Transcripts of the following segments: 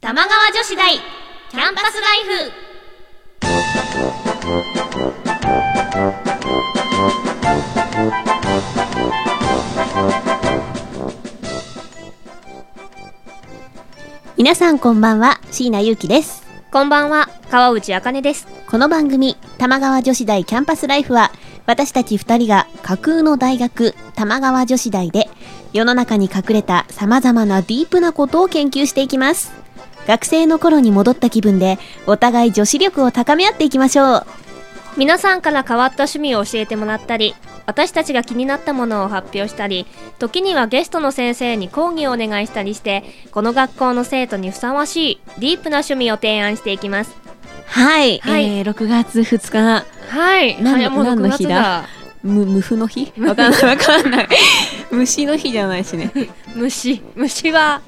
玉川女子大キャンパスライフ皆さんこんばんは椎名優樹ですこんばんは川内茜ですこの番組玉川女子大キャンパスライフは私たち2人が架空の大学玉川女子大で世の中に隠れた様々なディープなことを研究していきます学生の頃に戻った気分でお互い女子力を高め合っていきましょう皆さんから変わった趣味を教えてもらったり私たちが気になったものを発表したり時にはゲストの先生に講義をお願いしたりしてこの学校の生徒にふさわしいディープな趣味を提案していきますはい、はいえー6月2日はい何の早もう何の6月日だだむ無風の日わかんないわかんない 虫の日じゃないしね虫虫は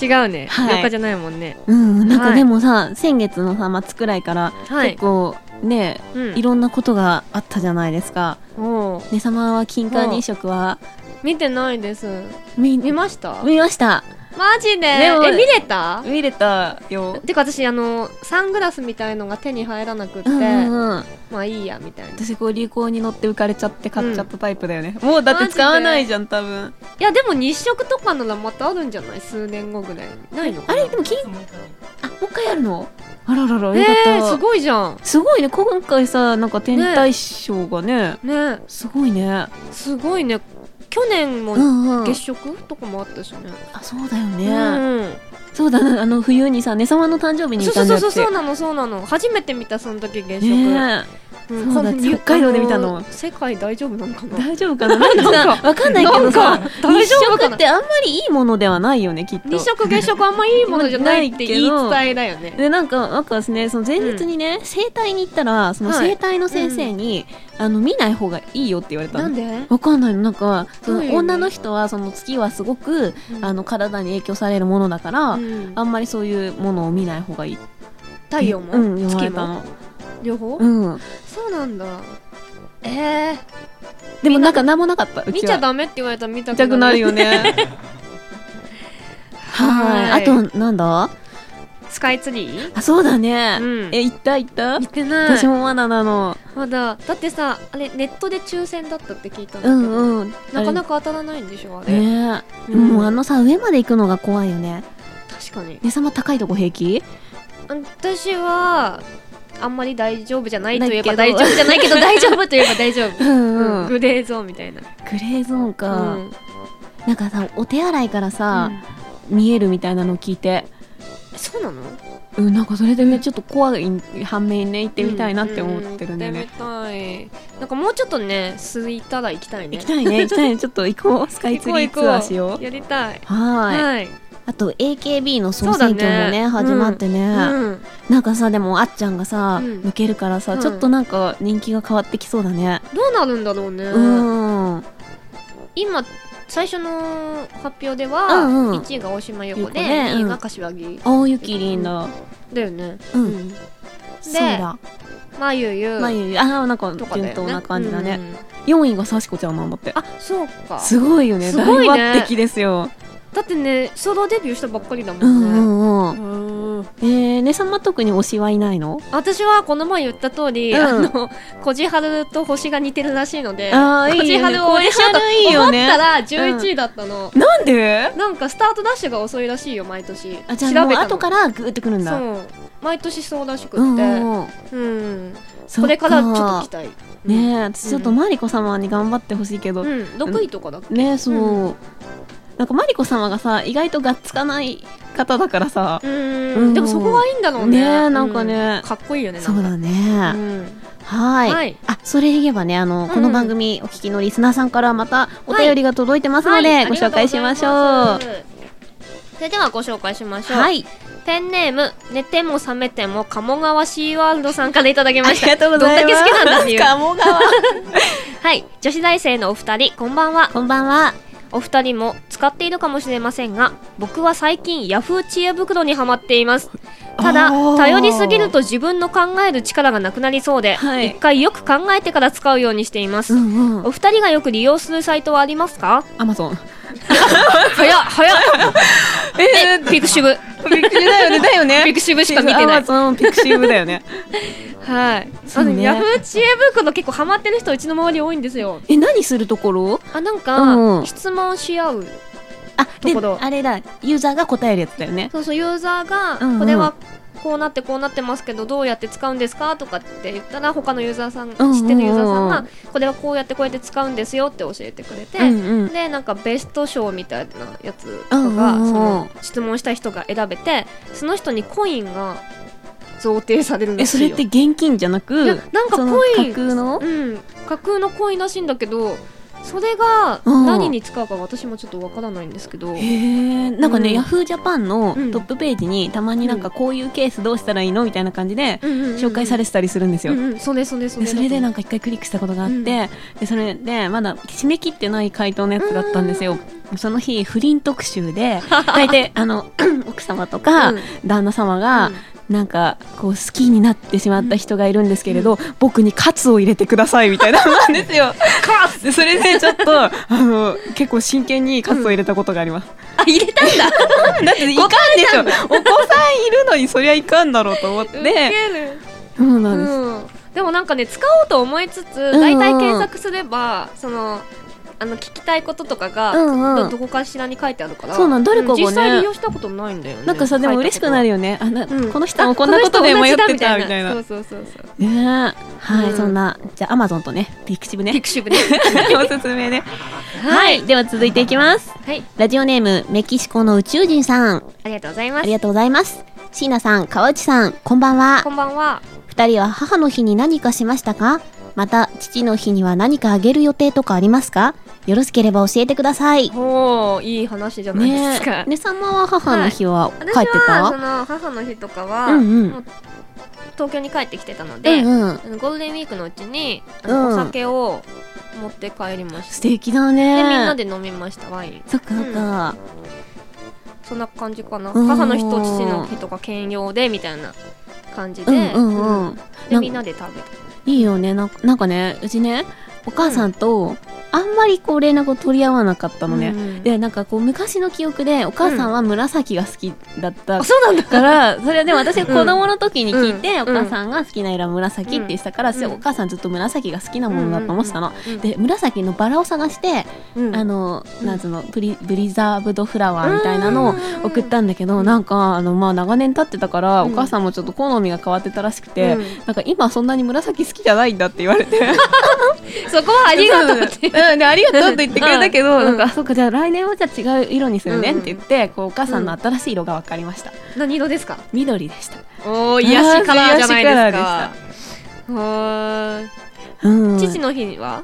違うね、は4い日じゃないもんねうんなんかはいでもさ、先月のさ末くらいからはい結、構ねうんいろんなことがあったじゃないですか。おうねさまは金環日食は見てないです見見ました見ました。マジででもえ見れた見れたよ。てか私あのサングラスみたいのが手に入らなくって、うんうんうん、まあいいやみたいない私こう流行に乗って浮かれちゃって買っちゃったタイプだよね、もうだって使わないじゃん多分やでも日食とかのがまたあるんじゃない数年後ぐらいにないのかあなれでも金あもう一回やるのあらららよかった、えー、すごいじゃんすごいね今回さなんか天体ショーがねねすごいねすごいね去年もん月食とかもあったしね、あそうだようね、んそうだねあの冬にさねさまの誕生日にそ行うっそうたんだそっうてそうそうなのそうなの初めて見たその時月食、ねえうんそうだこのゆ北海道で見たのあ世界大丈夫なのかな大丈夫かななんかさなんわかんないけどなさんか大丈夫日か食なってあんまりいいものではないよねきっと日食月食あんまいいものじゃないって言い伝えだよねでなんかなんかですねその前日にね、整体に行ったらそのはい整体の先生に、あの見ない方がいいよって言われたなのんで、わかんないのなんかそどういう意味の女の人はその月はすごく、あの体に影響されるものだから、うんあんまりそういうものを見ない方がいいって太陽も、うん、言わ月れたもの、両方、うん、そうなんだえでもなんか何もなかったうー、見ちちゃはダメって言われたら見た見たくなるよねはいはいあとなんだスカイツリーあそうだね、うんえ行った行った見てない私もまだなの、まだだってさあれネットで抽選だったって聞いたんだけうど、んうんなかなかか当たらないんでしょあれ、ねえ、うんもうあのさ上まで行くのが怖いよね確かに値様高いとこ平気私はあんまり大丈夫じゃないといえばない大けど丈夫じゃないけ ど大丈夫といえば大丈夫、ううんんググレーゾーンみたいなレーゾーンか、うんなんかさお手洗いからさ、う見えるみたいなの聞いてんそうなの行っうんなんかそれでねちょっと怖い反面ね行ってみたいなって思ってるんだよね、行ってみたいなんかもうちょっとね空いたら行きたいね行きたいね行きたいねちょっと行こうスカイツリーツアーしようやりたいはいはい、あと AKB の総選挙もそうだねね始まってね、うん、なんかさでもあっちゃんがさ、うん抜けるからさ、うんちょっとなんか人気が変わってきそうだねどうなるんだろうね、うん、今最初の発表でうんはうん1位が大島優子で優子ね2位うがん柏木青雪りんだだよねうん、うんそうだまゆゆまあいいよあーなんかとかだよ順ね当な感じだねうん4位が幸子ちゃんなんだってあそうかすごいよねすごいね大抜擢ですよ、だってねソロデビューしたばっかりだもうんねんうんうんうんえー、ねさま特に推しはいないの私はこの前言った通り、うんあのこじはると星が似てるらしいのであーいいよこねじはるを応援しようとこじはるいい思よっねたら11位だったの、なんでなんかスタートダッシュが遅いらしいよ毎年あじゃ調あべたもうの後からグーってくるんだそう毎年そうらしくって、うんうんうんうん、そっこれからちょっと期待。ねえ私ちょっとマリコ様に頑張ってほしいけど、うん、6位とかだっけねそう、なんかマリコ様がさ意外とがっつかない方だからさ、うん、うんでもそこがいいんだろうね。ねえなんかねうんかっこいいよね。なんそかうだね、うんはい、はいあそれ言えばねあの、んうんこの番組お聞きのリスナーさんからまたお便りが届いてますので、はいご紹介しましょうあはりがとうございますそれではご紹介しましいょう。ペンネーム、寝ても覚めても鴨川シーワールドさんからいただきました。どんだけ好きなんだっていう。鴨川はい。女子大生のお二人、こんばんは。こんばんはお二人も使っているかもしれませんが僕は最近ヤフー知恵袋にはまっていますただあー頼りすぎると自分の考える力がなくなりそうで、はい一回よく考えてから使うようにしています、うんうんお二人がよく利用するサイトはありますかアマゾン早っ早っ ええピクシブピクシブだよねだ よねピクシブしか見てなあい。そうピクシブだよね はい。そうねヤフー知恵袋結構ハマってる人うちの周り多いんですよ。え何するところあなんうかん質問し合う。あでところあれだユーザーが答えるやつだよねそうそうユーザーうんがうんこれはこうなってこうなってますけどどうやって使うんですかとかって言ったら他のユーザーさん知うんうんってるユーザーさんがこれはこうやってこうやって使うんですよって教えてくれて。うんうんでなんかベスト賞みたいなやつとか、うんうんうんその質問した人が選べてその人にコインが贈呈されるんでえそすよれって現金じゃなくいやなんかそのコイン架空のうん架空のコインらしいんだけどそれがうん何に使うか私もちょっとわからないんですけど、へえなんかね、うんヤフージャパンのうんトップページにたまになんかこういうケースどうしたらいいのみたいな感じで紹介されててたりするんですよ、うんうん、それそれそれでそれでなんんか一回クリックしたことがあって、うんでそれでまだ締め切ってない回答のやつだったんですよ、その日不倫特 集で大体あの 奥様とかうん旦那様が、なんかこう好きになってしまった人がいるんですけれど、僕にカツを入れてくださいみ たいなのなんですよカツそれでちょっとあの結構真剣にカツを入れたことがあります、あ入れたんだ だっていかんでしょお子さんいるのにそりゃいかんだろうと思っウケてるそうなんです、うんでもなんかね使おうと思いつつ大体検索すればそのあの聞きたいこととかが、うんうんどこかしらに書いてあるからそうなんどれかがね実際利用したことないんだよねなんかさでも嬉しくなるよねあ書いな、たことはうんこの人もこんなことで迷ってたあこの人同じだみたいなそうそうそうそうねえはい、うんそんなじゃあアマゾンとねピクシブねピクシブね おすすめねははいでは続いていきます はいラジオネームメキシコの宇宙人さんありがとうございあますりがとうございます椎名さん川内さんこんばんはこんばんは二人は母の日に何かしましたかまた父の日には何かあげる予定とかありますかよろしければ教えてくださいおーいい話じゃないでねすか、えねさまは母の日は帰って私はそた、の母の日とかは、うんうんもう東京に帰ってきてたので、うんうんあのゴールデンウィークのうちに、あうのんお酒を持って帰りまし素たで敵だねみんなで飲みましたワインそっかそっか、そんな感じかなうん母の日と父の日とか兼用でみたいな感じで、うんうんうんうんでなんみんなで食べたいいよねなんかなんかねうちねお母さんとあんまりこう連絡を取り合わなかったのね、うんでなんかこう昔の記憶でお母さんは紫が好きだったあそうなんだから、それはでも私が子供の時に聞いて、うんお母さんが好きな色は紫ってしたから、うんそれお母さんずっと紫が好きなものだと思ってたの、うんで紫のバラを探して、うんあのなんつうのプリブリザーブドフラワーみたいなのを送ったんだけど、うんなんかあの、まあ、長年経ってたから、うんお母さんもちょっと好みが変わってたらしくて、うんなんか今そんなに紫好きじゃないんだって言われてそこはありがとうっ てうん、でありがとうって言ってくれたけど、うんなんかあそっかじゃあ来年はじゃあ違う色にするねって言って、こうお母さんの新しい色が分かりました何色ですか緑でしたおおー癒しカラーじゃないです癒かしカラーではうーんい父の日には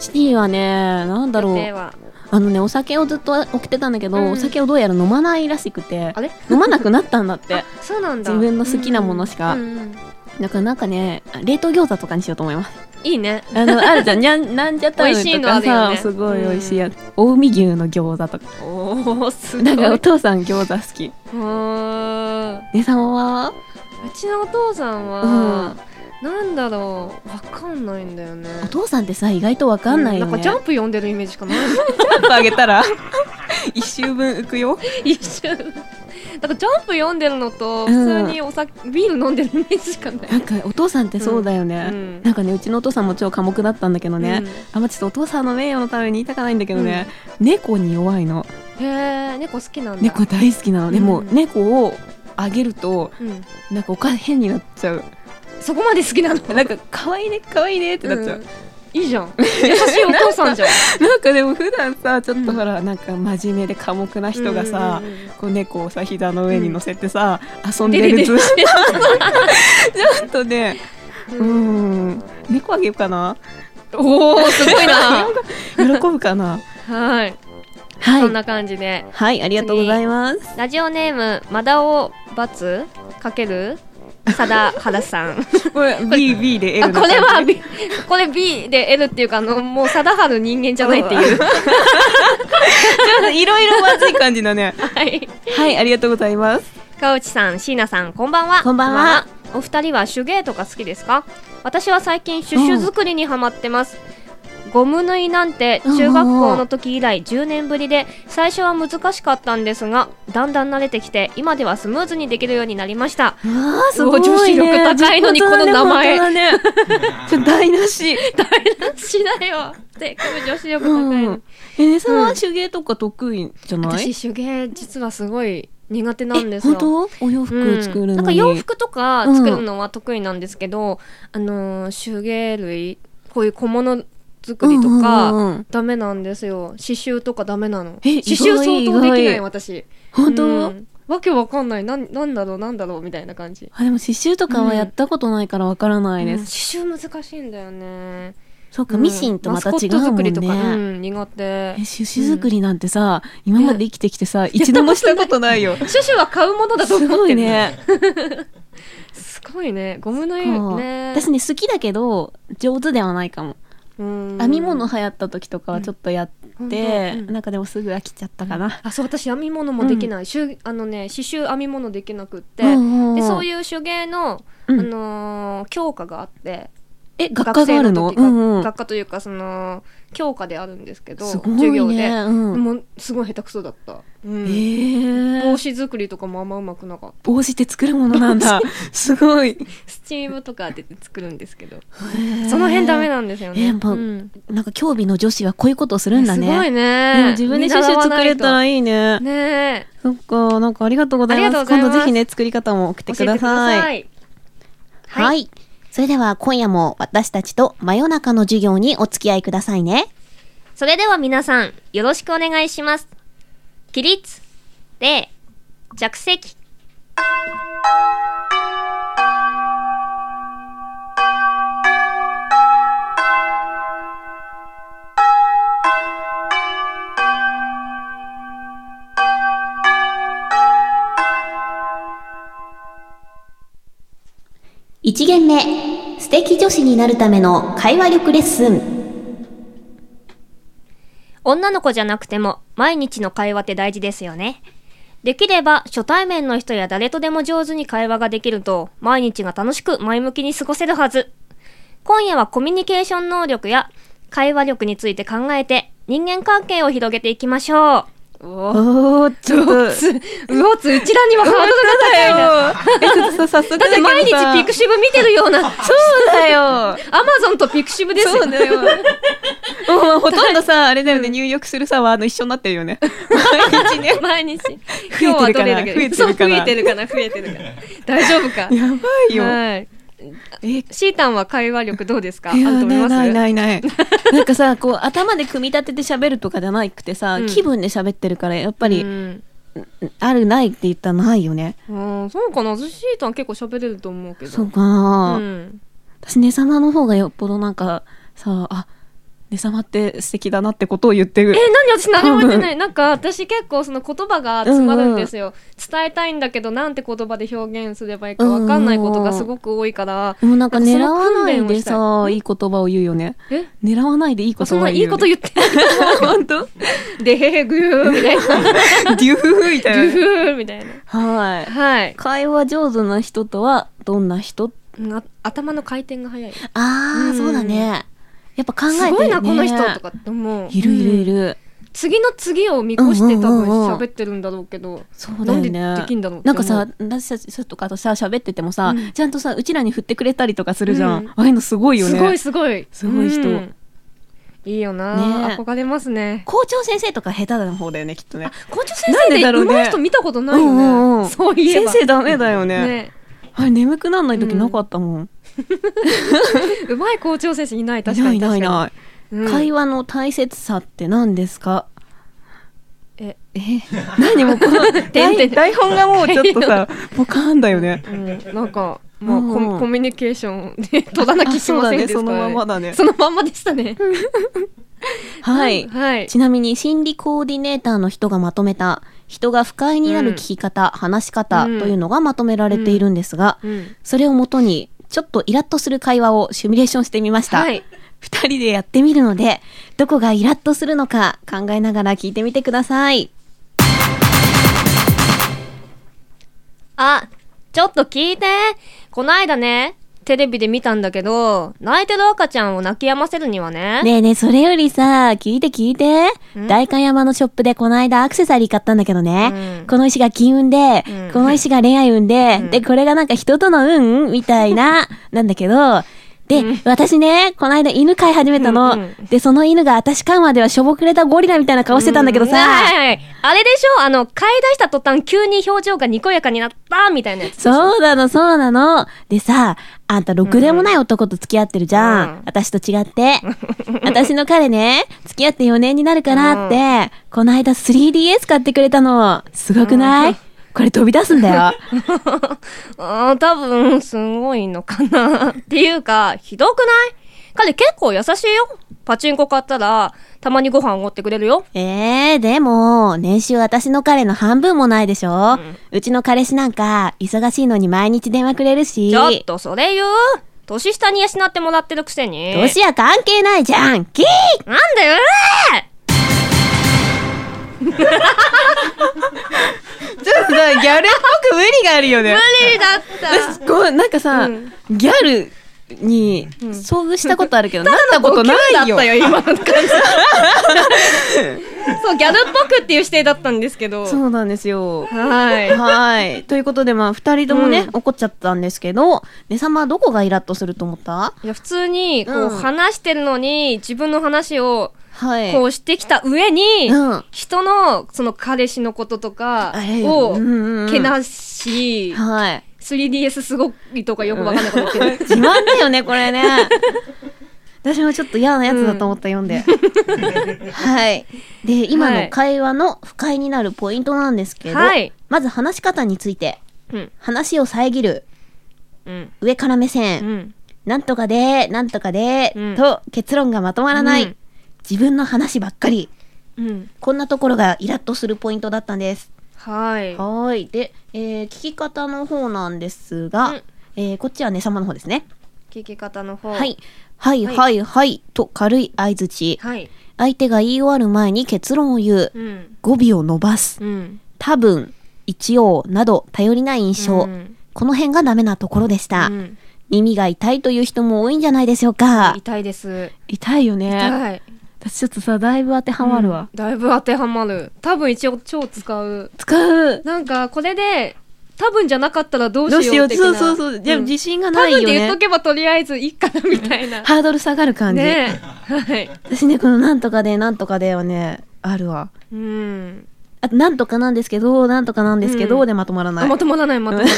父はねなんだろ予う定はあのねお酒をずっと送ってたんだけど、うんお酒をどうやら飲まないらしくてあれ飲まなくなったんだってあそうなんだ自分の好きなものしかうんうんうんだからなんかね冷凍餃子とかにしようと思 いますいいねあのあるじゃんにゃんなんじゃったのと美味しいのあかるよさ、ねすごい美味しいやつ、近江牛の餃子とかおおすごいなんかおう父さん餃子好きーんう姉さんはちのお父さんはなんだろうわかんないんだよねお父さんってさ意外とわかんないよね、うなんかジャンプ読んでるイメージしか ないジャンプあげた ら一周分浮くよ一瞬なんかジャンプ読んでるのと普通にお酒ビール飲んでるイメージしかないなんかお父さんってそうだよね、うんなんかねうちのお父さんも超寡黙だったんだけどね、あんまちょっとお父さんの名誉のために言いたくないんだけどね、猫に弱いのうんへえ猫好きなんだ猫大好きなのでも、うん猫をあげるとうんなんかおか変になっちゃうそこまで好きなのなんか可愛いね可愛いねってなっちゃう、うんいいじ ゃん優しいお父さんじゃんなんかでも普段さちょっとうんほら、なんか真面目で寡黙な 人がさ、うんうんうんこう猫をさ膝の上に乗せてさ、遊んでるででで図ちょっとねううんん猫あげようかなおおすごいな喜ぶかなはいはそんな感じではいありがとうございますラジオネームマダオバツかけるさだはらさんこれ B B で L あなこれは感じ B これ B で L っていうかあのもうさだはる人間じゃないっていうちょっといろいろまずい感じだねはいはいありがとうございます川内さん椎名さんこんばんはこんばんはお二人は手芸とか好きですか私は最近シュシュ作りにハマってます、ゴム縫いなんて中学校の時以来10年ぶりで最初は難しかったんですがだんだん慣れてきて今ではスムーズにできるようになりましたわあ、すすごごいい、ね。女子力高いのにこの名前本当だね。本 当だね台無 し。しだよ って女子力高い、うん。えねさんうはん手芸とか得意じゃない、私手芸実はすごい苦手なんえ、ですよ本当お洋服作るのうに、ん、なんか洋服とか作るのは得意なんですけど、あのー手芸類こういう小物作りとか、うんうんうんうんダメなんですよ刺繍とかダメなのえ刺繍相意当外でき意な外い私本当、うんわけわかんないなんなんだろうなんだろうみたいな感じ、あ、でも刺繍とかはやったことないからわからないうんです。刺繍難しいんだよねそうか、ミシンとまた違うもんね。マスコット作りとか、うん、苦手え、刺繍作りなんてさ、今まで生きてきてさ、一度もしたことないよ。シュシュは買うものだと思ってするごいね。すごいねゴムのこうね私ね、好きだけど、上手ではないかも。うん編み物流行った時とかはちょっとやって、うんうんなんかでもすぐ飽きちゃったかな。あそう私編み物もできない、しゅあのね刺繍編み物できなくって、うんでそうういう手芸の、ん、あのー教科があってえ、学科があるの学生時がうんうん学科というかその教科であるんですけどすごいね授業で、うんもうすごい下手くそだった、うんえー、帽子作りとかもあんまうまくなか った帽子って作るものなんだ。すごい。スチームとかで作るんですけど、その辺ダメだ。なんですよえね、ーもううんなんか競技の女子はこういうことをするんだね。すごいねでも自分で刺繍作れたらいいいね。ねえそっか、なんかありがとうございありがまとうす。ござい今ます度ぜひね、作り方も送ってくださ教えい。い。てくださいはい、それでは今夜も私たちと真夜中の授業にお付き合いくださいね。それでは皆さん、よろしくお願いします。起立、礼、着席。 1限目、素敵女子になるための会話力レッスン。女の子じゃなくても、毎日の会話って大事ですよね。できれば、初対面の人や誰とでも上手に会話ができると、毎日が楽しく前向きに過ごせるはず。今夜はコミュニケーション能力や会話力について考えて、人間関係を広げていきましょう。おお、おー、ちょ っと。うおつ、一覧にもハードルが高いな。え、ちょっとさ、早速だって毎けどさ日ピクシブ見てるような、そうだよ。アマゾンとピクシブですよ。そうだ よ。もう ほとんどさ、あれだよね、入力するさは、あの、一緒になってるよね。毎日 ね。毎日。増今日はえてるどかれなだけ増えてるかそう増なえてるかな、増えてるかな。大丈夫か。やばいよ。はい。え、シータンは会話力どうですかあいるやと思いますないないないない なんかさこう頭で組み立てて喋るとかじゃなくてさ、うん気分で喋ってるからやっぱり、うんあるないって言ったらないよねうんそうかな。私シータン結構喋れると思うけど。そうかな、うん私ねさまの方がよっぽどなんかさあねさまって素敵だなってことを言ってるえ、何私何も言ってない。なんか私結構その言葉が詰まるんですよ。伝えたいんだけど、なんて言葉で表現すればいいかわかんないことがすごく多いから。でもなんかなんかそ狙のわな訓い練をでしたいさいい言葉を言うよねえ狙わないでいい言葉そをん言うなよ、いいこと言言ってない。 う本当でへへぐーみたいな。 デュフフみたぐいなふーみたいな。はいはい。会話上手な人とはどんな人な頭の回転が早い。すうああんそうだねやっぱ考えてるねごいな、この人とかって思う。いるいるいうん。る、次の次を見越して多うんうん分うんうん喋ってるんだろうけど。そうだよね。なんでできんだろうってな思うんかさ、私たちとかとさ、喋っててもさ、うんちゃんとさ、うちらに振ってくれたりとかするじゃん。うんああいうのすごいよね。すごいすごい。すごい人うんいいよなねえ憧れますね。校長先生とか下手な方だよね、きっとね。校長先なん生ででだろう上ね手い人見たことないようんうんうね。んそういえば。先生ダメだよね。ねあれ、眠くなんない時なかったもん。うまい校長先生いない、い確なかいに。ないない。確かに。会話。話の大切さって何ですかえ、え、何もうこの点々 台台本がもうちょっとさ、ポカーンだよね。うんなんか、 まあ、コうんうんコミュニケーションで 取らなきゃいけませんでしたあそうだねそのままだねそのまんまでしたね。はい。はい。ちなみに心理コーディネーターの人がまとめた人が不快になる聞き方、話し方うとんいうのがまとめられているんですが、うん。それをもとにちょっとイラッとする会話をシミュレーションしてみました、はい。 2人でやってみるのでどこがイラッとするのか考えながら聞いてみてくださいあ、ちょっと聞いて。こないだね、テレビで見たんだけど、泣いてる赤ちゃんを泣き止ませるにはね。ねえねえ、それよりさ、聞いて聞いてん。代官山のショップでこの間アクセサリー買ったんだけどね。うんこの石が金運で、うんこの石が恋愛運で、うんで、これがなんか人との運みたいな、なんだけど、で、うん私ね、この間犬飼い始めたの。うんうんで、その犬が私飼うまではしょぼくれたゴリラみたいな顔してたんだけどうはさ。いはいはいあれでしょあの、買い出した途端急に表情がにこやかになったみたいなやつ。そうなの、そうなの。でさ、あんたろくでもない男と付き合ってるじゃん。うん私と違 って。私の彼ね、付き合って4年になるからって、この間 3DS 買ってくれたの。すごくない、 これ飛び出すんだよ。 あー多分、すごいのかな。っていうか、ひどくない彼結構優しいよ。パチンコ買ったら、たまにご飯おごってくれるよ。えー、でも、年収私の彼の半分もないでしょ、うちの彼氏なんか、忙しいのに毎日電話くれるし。ちょっとそれ言う年下に養ってもらってるくせに。年や関係ないじゃんキーなんだよちょっとギャルっぽく無理があるよね無理だった 私こうなんかさ、うんギャルに遭遇したことあるけど、なったことなだっいよたよ、今の感じ。そう、ギャルっぽくっていう指定だったんですけど。そうなんですよはい。はいということでまあ2人ともね、怒っちゃったんですけどねさまどこがイラッとすると思ったいや、普通に、こう、うん話してるのに、自分の話を、はいこうしてきた上に、うん人の、その彼氏のこととかあれをうんうんう、んけなし、はい 3DS すごいとかよくわかんないこと言ってる。 自慢だよねこ れね私もちょっと嫌なやつだと思った、読んではいで今はのい会話の不快になるポイントなんですけど、はいまず話し方についてうん。話を遮るうん。上から目線、うん。なんとかで、なんとかで、うんと結論がまとまらない、うん自分の話ばっかり。うん。こんなところがイラッとするポイントだったんです。はい。はーい。で、えー聞き方の方なんですが、うんえーこっちはね様の方ですね。聞き方の方。はい。。はい、はいはい、はい、と軽い相づち。はい。相手が言い終わる前に結論を言う。うん。語尾を伸ばす。うん。多分、一応、など頼りない印象。うんこの辺がダメなところでした。うん耳が痛いという人も多いんじゃないでしょうか。痛いです。痛いよね。痛い。私ちょっとさだいぶ当てはまるわ、うんだいぶ当てはまる。多分一応超使う。使うなんか、これで、多分じゃなかったらどうどうししよようう的な。そうそうそうでもん自信がないよ多分って言ねっと、けばとりあえずいいかなみたい な。ハードル下がる感じ、ねえ。はい。私ねこのなんとかでなんとかではねあるわうん。あとなんとかなんですけどなんとかなんですけど、うんでま とまらなあいまとまらない、まとまら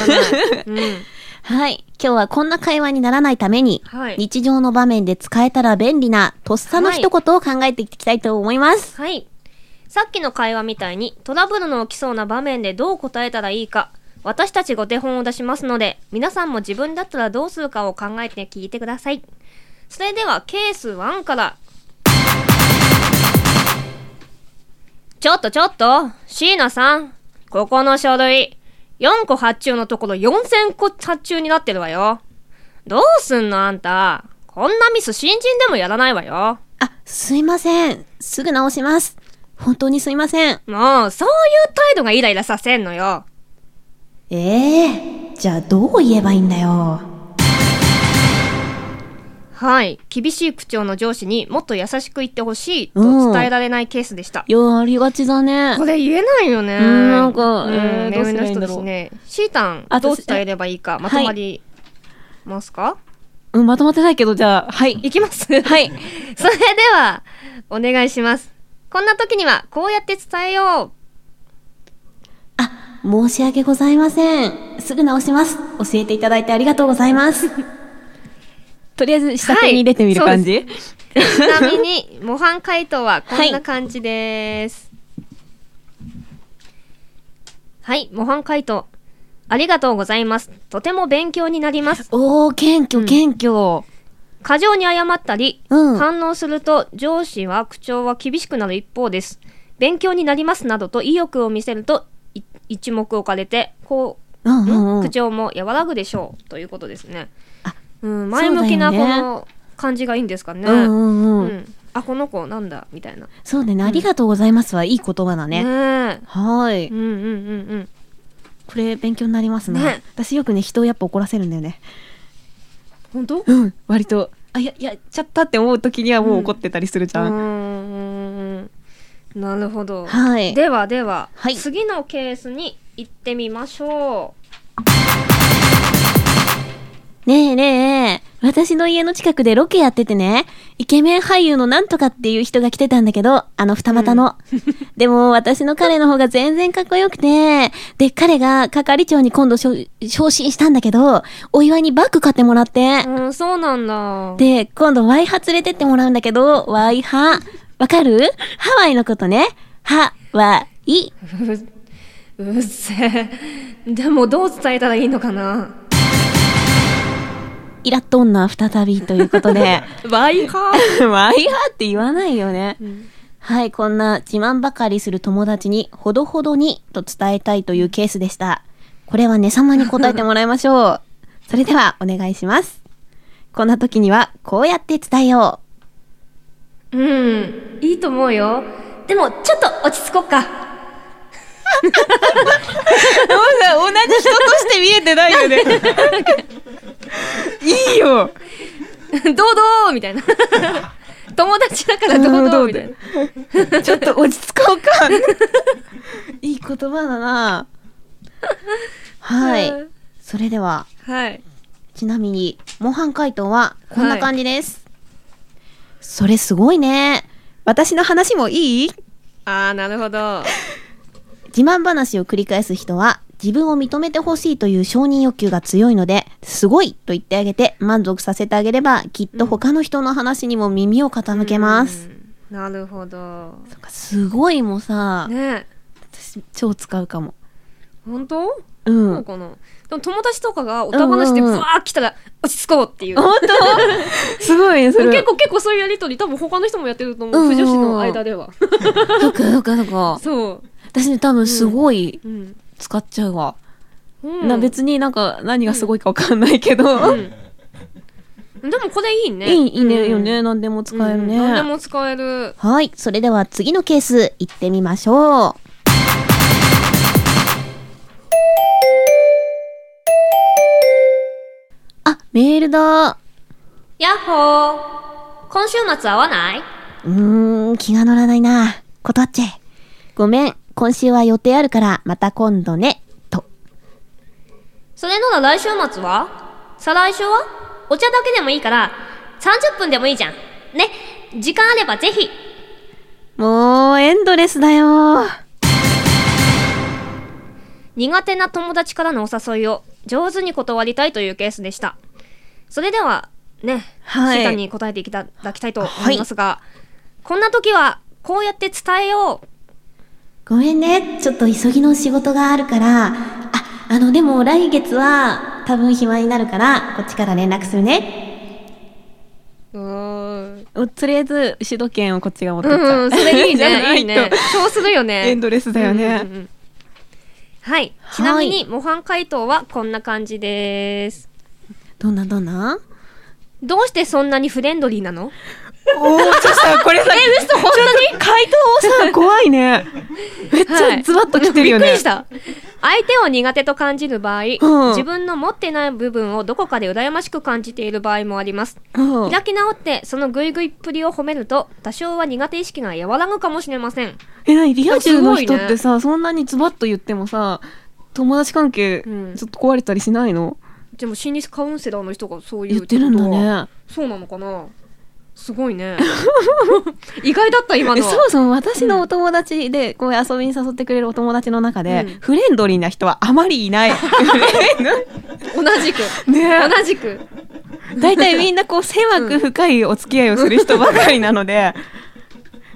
ない。うん。はい今日はこんな会話にならないために、はい日常の場面で使えたら便利なとっさの一言を考えていきたいと思います、はい。さっきの会話みたいにトラブルの起きそうな場面でどう答えたらいいか、私たちがお手本を出しますので、皆さんも自分だったらどうするかを考えて聞いてください。それではケース1から。ちょっとちょっと、椎名さん、ここの書類、4個発注のところ4000個発注になってるわよ。どうすんのあんた。こんなミス新人でもやらないわよ。あすいませんすぐ直します本当にすいませんもう、そういう態度がイライラさせんのよ。ええー、じゃあどう言えばいいんだよはい。厳しい口調の上司にもっと優しく言ってほしいと伝えられないケースでしたい。や、ありがちだねこ。れ言えないよね。うんなんかうんえーどうすればいいんだろう目上の人ですね。シータンあ、どう私伝えればいいか、まとまりますか、うん、まとまってないけど、じゃあ、 はい。。い、きますはいそれでは、お願いします。こんな時には、こうやって伝えよ申し訳ございません。すぐ直します。教えていただいてありがとうございます。 とりあえず、下手に出てみる感じ、 う。ちなみに、模範回答はこんな感じです。はい、模範回答。ありがとうございます。とても勉強になります。おー、謙虚、謙虚。過剰に謝ったり、うん反応すると上司は口調は厳しくなる一方です。勉強になりますなどと意欲を見せるとい一目置かれて、こうう、ん、うんん、うん。口調も和らぐでしょうということですね。あうん、前向きなそこうだよねの感じがいいんですかね。うん、うん、ううん。んあ、この子なんだみたいな。そうだね。ありがとうございますは、いい言葉だね。ねはーえ。い。うんうんうんうん。これ、勉強になりますね。ね私よくね、人をやっぱ怒らせるんだよね。本当うん、割と、あ、や、やっちゃったって思う時にはもう怒ってたりするじゃ。うんんなるほど、はい。ではでは、はい次のケースに行ってみましょねえねえ、私の家の近くでロケやっててね、イケメン俳優のなんとかっていう人が来てたんだけど、あの二股の。でも私の彼の方が全然かっこよくて、で、彼が係長に今度昇昇進したんだけど、お祝いにバッグ買ってもらってう、うんそうなんだで、今度ワイハ連れてってもらうんだけど、ワイハ、わかるハワイのことね。ハ、ワイ。ううっせえでもどう伝えたらいいのかなイラッと女再びということで、ワイハワイハって 言わないよね。はい、こんな自慢ばかりする友達に、ほどほどにと伝えたいというケースでした。これはね様に答えてもらいまし ょう。それでは、お願いします。こんな時には、こうやって伝え ようんいいと思うよでもちょっと落ち着こっかう。同じ人として見えてないよね。 いいよ。堂々みた いな友達だから堂々みたいなちょっと落ち着こうか。 いい言葉だな。はい。それでは、はいちなみに、模範解答はこんな感じです。それすごいね。私の話もいいああなるほど自慢話を繰り返す人は、自分を認めてほしいという承認欲求が強いので、すごいと言ってあげて満足させてあげれば、きっと他の人の話にも耳を傾けます。うんなるほどそっかすごいもさ、ねえ私超使うかも。本当う。そうんかなでも友達とかがおた話でうんふうんうんわー来たら落ち着こうっていう。本当 すごいね、それ。結構結構そういうやりとり多分他の人もやってると思う。うんうんうん不女子の間では。そっかそっかそっか。 そ。私ね、多分すごいううん。使っちゃうわ。うんな別になんか何がすごいかわかんないけど、うんでもこれいいね。 いいいいね、いいようねん。何でも使えるね、うん何でも使える。はいそれでは次のケース行ってみましょうあメールだやっほー。今週末会わないうーん気が乗らないな断っちゃえごめん今週は予定あるからまた今度ねとそれなら来週末は再来週はお茶だけでもいいから、30分でもいいじゃん。ね。時間あればぜひ。もうエンドレスだよ苦手な友達からのお誘いを上手に断りたいというケースでした。それでは、ね、はいシータに答えていただきたいと思いますが、こんな時は、こうやって伝えよう。ごめんね。ちょっと急ぎの仕事があるから。あ、あの、でも来月は多分暇になるから、こっちから連絡するね。うん、とりあえず、主導権をこっちが持ってっちゃう。うん、それいいじゃなね、いい ね。そうするよね。エンドレスだよねうんうんうんはい。はいちなみに、模範解答はこんな感じです。どんなどんなどうしてそんなにフレンドリーなのおお、ちょっとさ、これ さ、え、嘘、本当に回答をさ、怖いね。めっちはいゃズバッときてるよね。びっくりした。相手を苦手と感じる場合、うん自分の持ってない部分をどこかで羨ましく感じている場合もあります。うん。開き直って、そのぐいぐいっぷりを褒めると、多少は苦手意識が和らぐかもしれません。え、なに、リア充の人っすごいねてさ、そんなにズバッと言ってもさ、友達関係、ちうょんっと壊れたりしないのでも、心理カウンセラーの人がそう言言うってるんだことはね。そうなのかなすごい ね。意外だった、今えの。そもそも私のお友達で、こう遊びに誘ってくれるお友達の中で、うんフレンドリーな人はあまりい ない。同じく。 ね同じく。大体みんなこう狭く深いお付き合いをする人ばかりなので、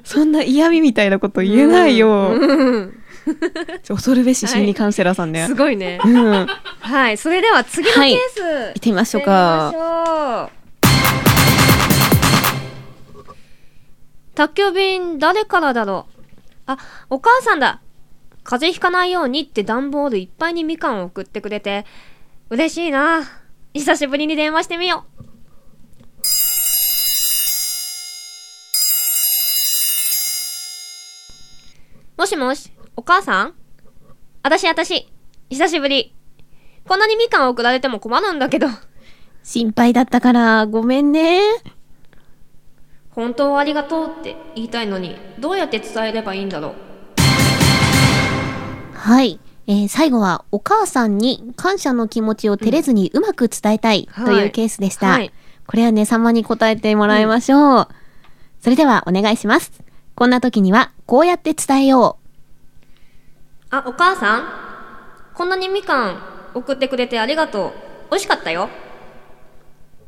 そんな嫌味みたいなこと言えないよ。うん恐るべし心理カウンセラーさんね。すごいね。うん。行はい。それでは、次のケはいース。ってみましょう行っかて。みましょう宅急便誰からだろうあお母さんだ風邪ひかないようにって段ボールいっぱいにみかんを送ってくれて嬉しいな久しぶりに電話してみようもしもしお母さんあたしあたし久しぶりこんなにみかんを送られても困るんだけど心配だったからごめんね。本当はありがとうって言いたいのにどうやって伝えればいいんだろうはい。えー最後はお母さんに感謝の気持ちを照れずにうまく伝えたいはいというケースでした。はいこれはね、様に答えてもらいましょう。それではお願いします。こんな時にはこうやって伝えよあお母さんこんなにみかん送ってくれてありがとう美味しかったよ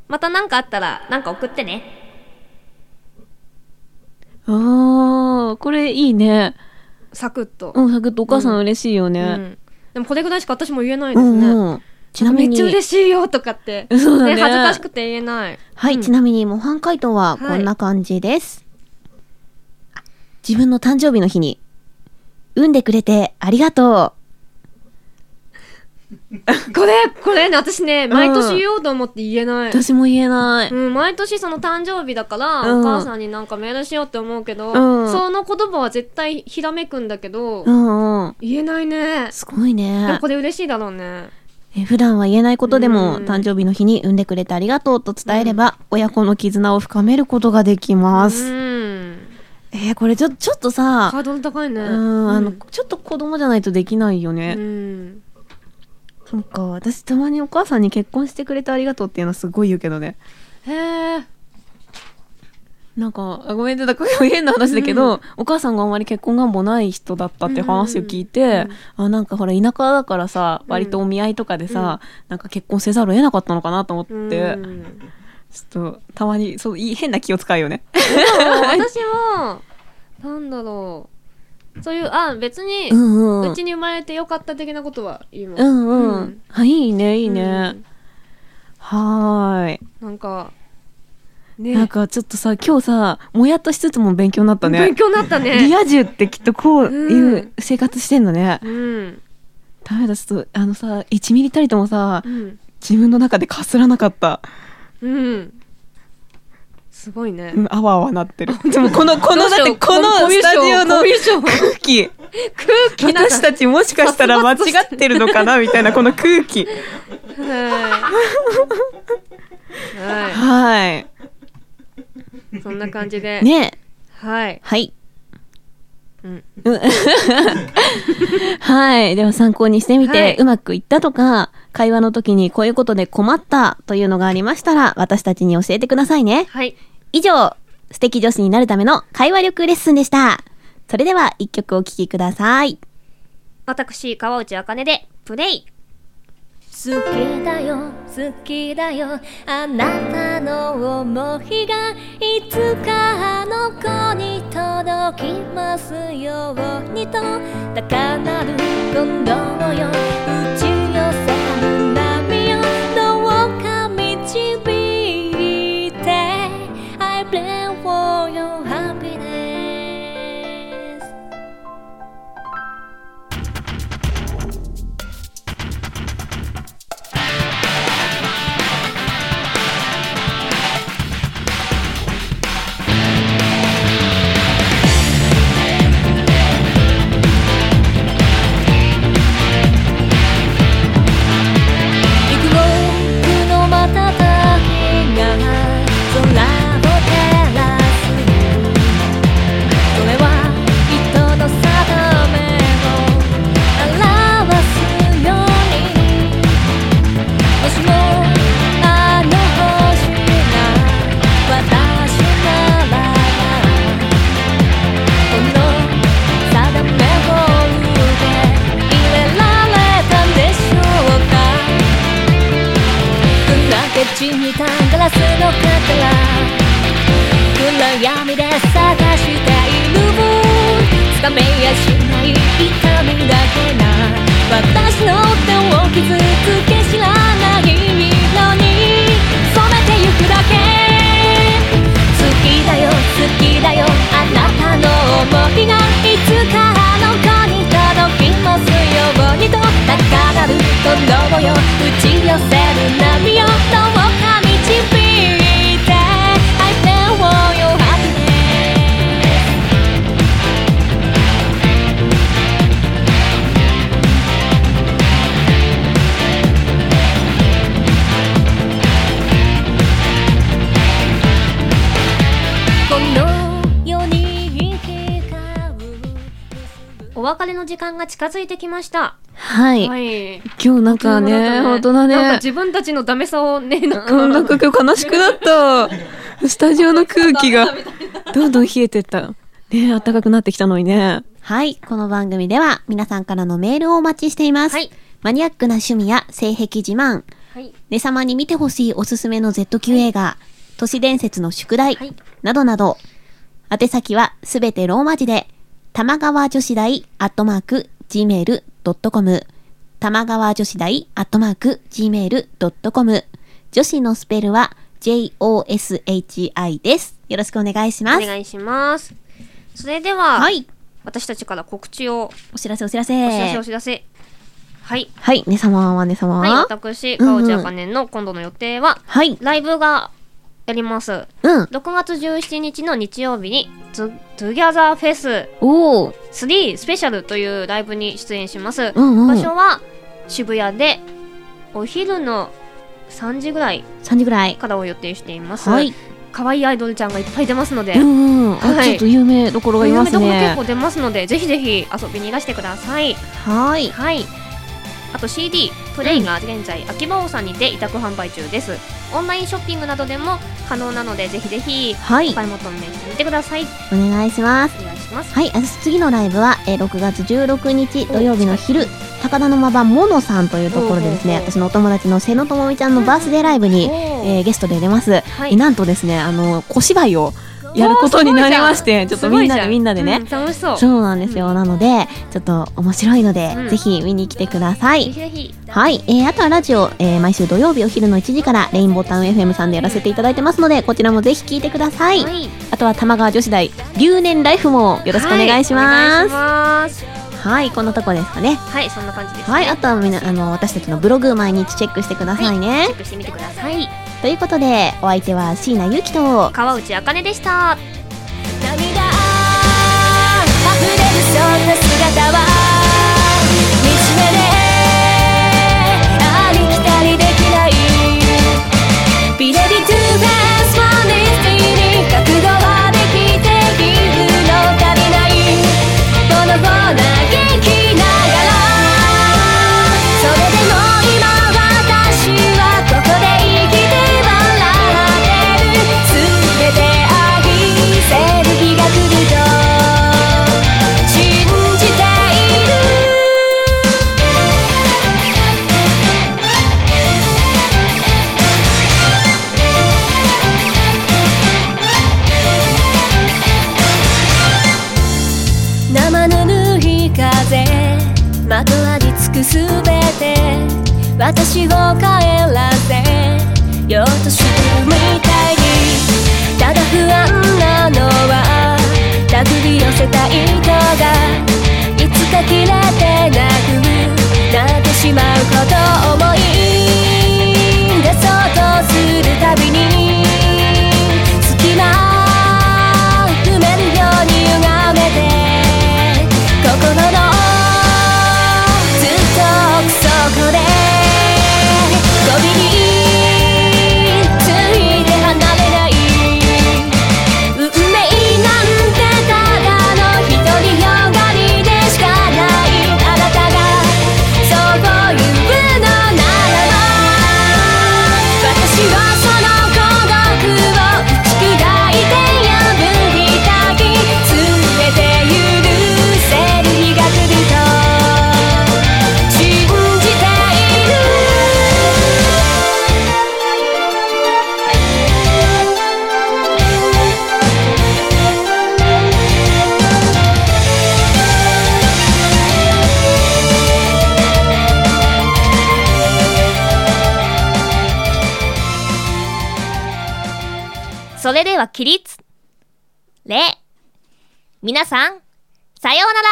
また何かあったら何か送ってねう。あー、これいいね。サクッと、うん、サクッとお母さん嬉しいようね。んでもこれぐらいしか私も言えないでうすね、んうん。ちなみめっにちゃ、嬉しいよとかって、そうだね恥ずかしくて言えないはい、うんちなみに模範解答はこんな感じです。あ自分の誕生日の日に、産んでくれてありがとこれこれね私ね毎年言おうと思って言えなう。い、私も言えない。うん、毎年その誕生日だから、うんお母さんになんかメールしようって思うけど、うんその言葉は絶対ひらめくんだけど、うんうん。言えないね。すごいでもねこ。れ嬉しいだろうね。え普段は言えないことでも、うん誕生日の日に産んでくれてありがとうと伝えれば、親子の絆を深めることができます。うん。えーこれちょ、ちょっとハさ、ードル高いね。うん、あうの、んちょっと子供じゃないとできないよね。うんそっか、私たまにお母さんに結婚してくれてありがとうっていうのすごい言うけどね。へえ。なんか、あごめんね、だから変な話だけど、お母さんがあんまり結婚願望ない人だったって話を聞いて、あ、なんかほら、田舎だからさ、うん割とお見合いとかでさ、なんか結婚せざるを得なかったのかなと思って、うんちょっと、たまに、そう、いい、変な気を使うよね。でも私も、なんだろう。そういう、あ、別に、んうんうちに生まれてよかった的なことは言います。うんうん。うあ、いいね、いいね。うんはーい。なんか、ねなんかちょっとさ、今日さ、もやっとしつつも勉強になったね。勉強になったね。リア充ってきっとこういううん生活してんのね。うん。ダメだ、ちょっと、あのさ、1ミリたりともさう、ん。自分の中でかすらなかった。うん。すごいね。うん、あわあわなってる。でもこの、こどの、うだしよっうてこのコミュスタジオのコミュ障空気。空気なんだ私たちもしかしたら間違ってるのかなみたいな、この 空気。はい。は。はいそんな感じで。い。ねはい。はい。うん。はい。では参考にしてみて、はいうまくいったとか、会話の時にこういうことで困ったというのがありましたら、私たちに教えてくださいね。はい。以上、素敵女子になるための会話力レッスンでした。それでは一曲お聴きください。私、川内茜で、プレイ。好きだよ、好きだよ、あなたの思いが、いつかあの子に届きますようにと、高鳴る今度よ、宇宙よ寒波よ、どうか導いて、I pray for your happiness。幾億の瞬きが空を照らすそれは人の定めを表すようにもしもあの星が私ならばこの定めを受け入れられたんでしょうか砕け散ったガラスの殻暗闇で探しているつかめやしない痛みだけが私の手を傷つけ知らない色に染めてゆくだけ好きだよ好きだよあなたの想いがいつかあの子に届きますようにと高鳴る今度よ打ち寄せる波よどうか導いて I feel for your happiness 「別れの時間が近づいてきました。はい。い。今日なんかね、大人ね。なんか自分たちのダメさをね、なんか。うん、なんか今日悲しくな った。スタジオの空気が、どんどん冷えてった。ねえ、暖かくなってきたのにね。はい、この番組では皆さんからのメールをお待ちしています。はいマニアックな趣味や性癖自慢、はい。ね様に見てほしいおすすめの Z 級映画、都市伝説の宿題、はいなどなど、宛先はすべてローマ字で、玉川女子大アットマーク gmail.com、玉川女子大アットマーク gmail.com、女子のスペルは joshi です。よろしくお願いしおます。願いします。それでは、はい。私たちから告知を、お知らせお知らせ。お知らせお知らせ。はい。はい、ね様はね様はい、は。私、うんかうんおちゃかねんの今度の予定は、はい、ライブがやります。6うん。月17日の日曜日に、トゥギャザーフェスおー。 3スペシャルというライブに出演します。うんうん。場所は渋谷で、お昼の3時ぐらい3時ぐらい。からを予定しています。はい。可愛いアイドルちゃんがいっぱい出ますので、うんうん、あはいちょっと有名どころがいます有名どねころ結構出ますので、ぜひぜひ遊びにいらしてください。はいはい。あと CD、プレイが現在、秋葉王さんにて委託販売中です。オンラインショッピングなどでも可能なので、ぜひぜひ、はいお買い求めしてみてください。お願いしますお願いします。はいあ次のライブは、えー6月16日土曜日の昼高田の馬場モノさんというところでですねおうおうおう私のお友達の瀬野智美ちゃんのバースデーライブに、おーえーゲストで出ます、いえーなんとですねあの小芝居をやることになりましおてーちょっすとごみんいじなゃでみんなでね、う楽しそう。そぜうなんですよ、うなのでちょっと面白いので、うんぜひ見に来てください、ひぜひ。はい、えー、あとはラジオ、えー毎週土曜日お昼の1時からレインボータウン FM さんでやらせていただいてますのでこちらもぜひ聞いてください、はい。よあとは玉川女子大留年ライフもよろしくお願いしはい、お願まいすしはい、ますこんなとこですかねはいそんな感じです。はいあとはみんなあの私たちのブログ毎日チェックしてくださいね、チェックしてみてください。ということでお相手は椎名ゆきと川内あかねでした。 「涙あふれるそんな姿は」「惨めでありきたりできない」「ビレビトゥーフェスフォーリスティに覚悟はできているの足りない」「ボロボロ嘆きながら」「それでも今私はここで生きて笑ってる」「全て愛せる日が来ると信じている」生ぬるい風まとわりつくすべて私を帰らせようとしてるみたいにただ不安なのは手繰り寄せた糸がいつか切れてなくなってしまうことを思い出そうとするたびに隙間埋めるように歪めて心のずっと奥底でゴミについて離れない運命なんてただの独りよがりでしかないあなたがそう言うのならば私はその孤独を打ち砕いて破りたき全て許せる日が来ると信じているそれでは起立。礼。皆さん、さようなら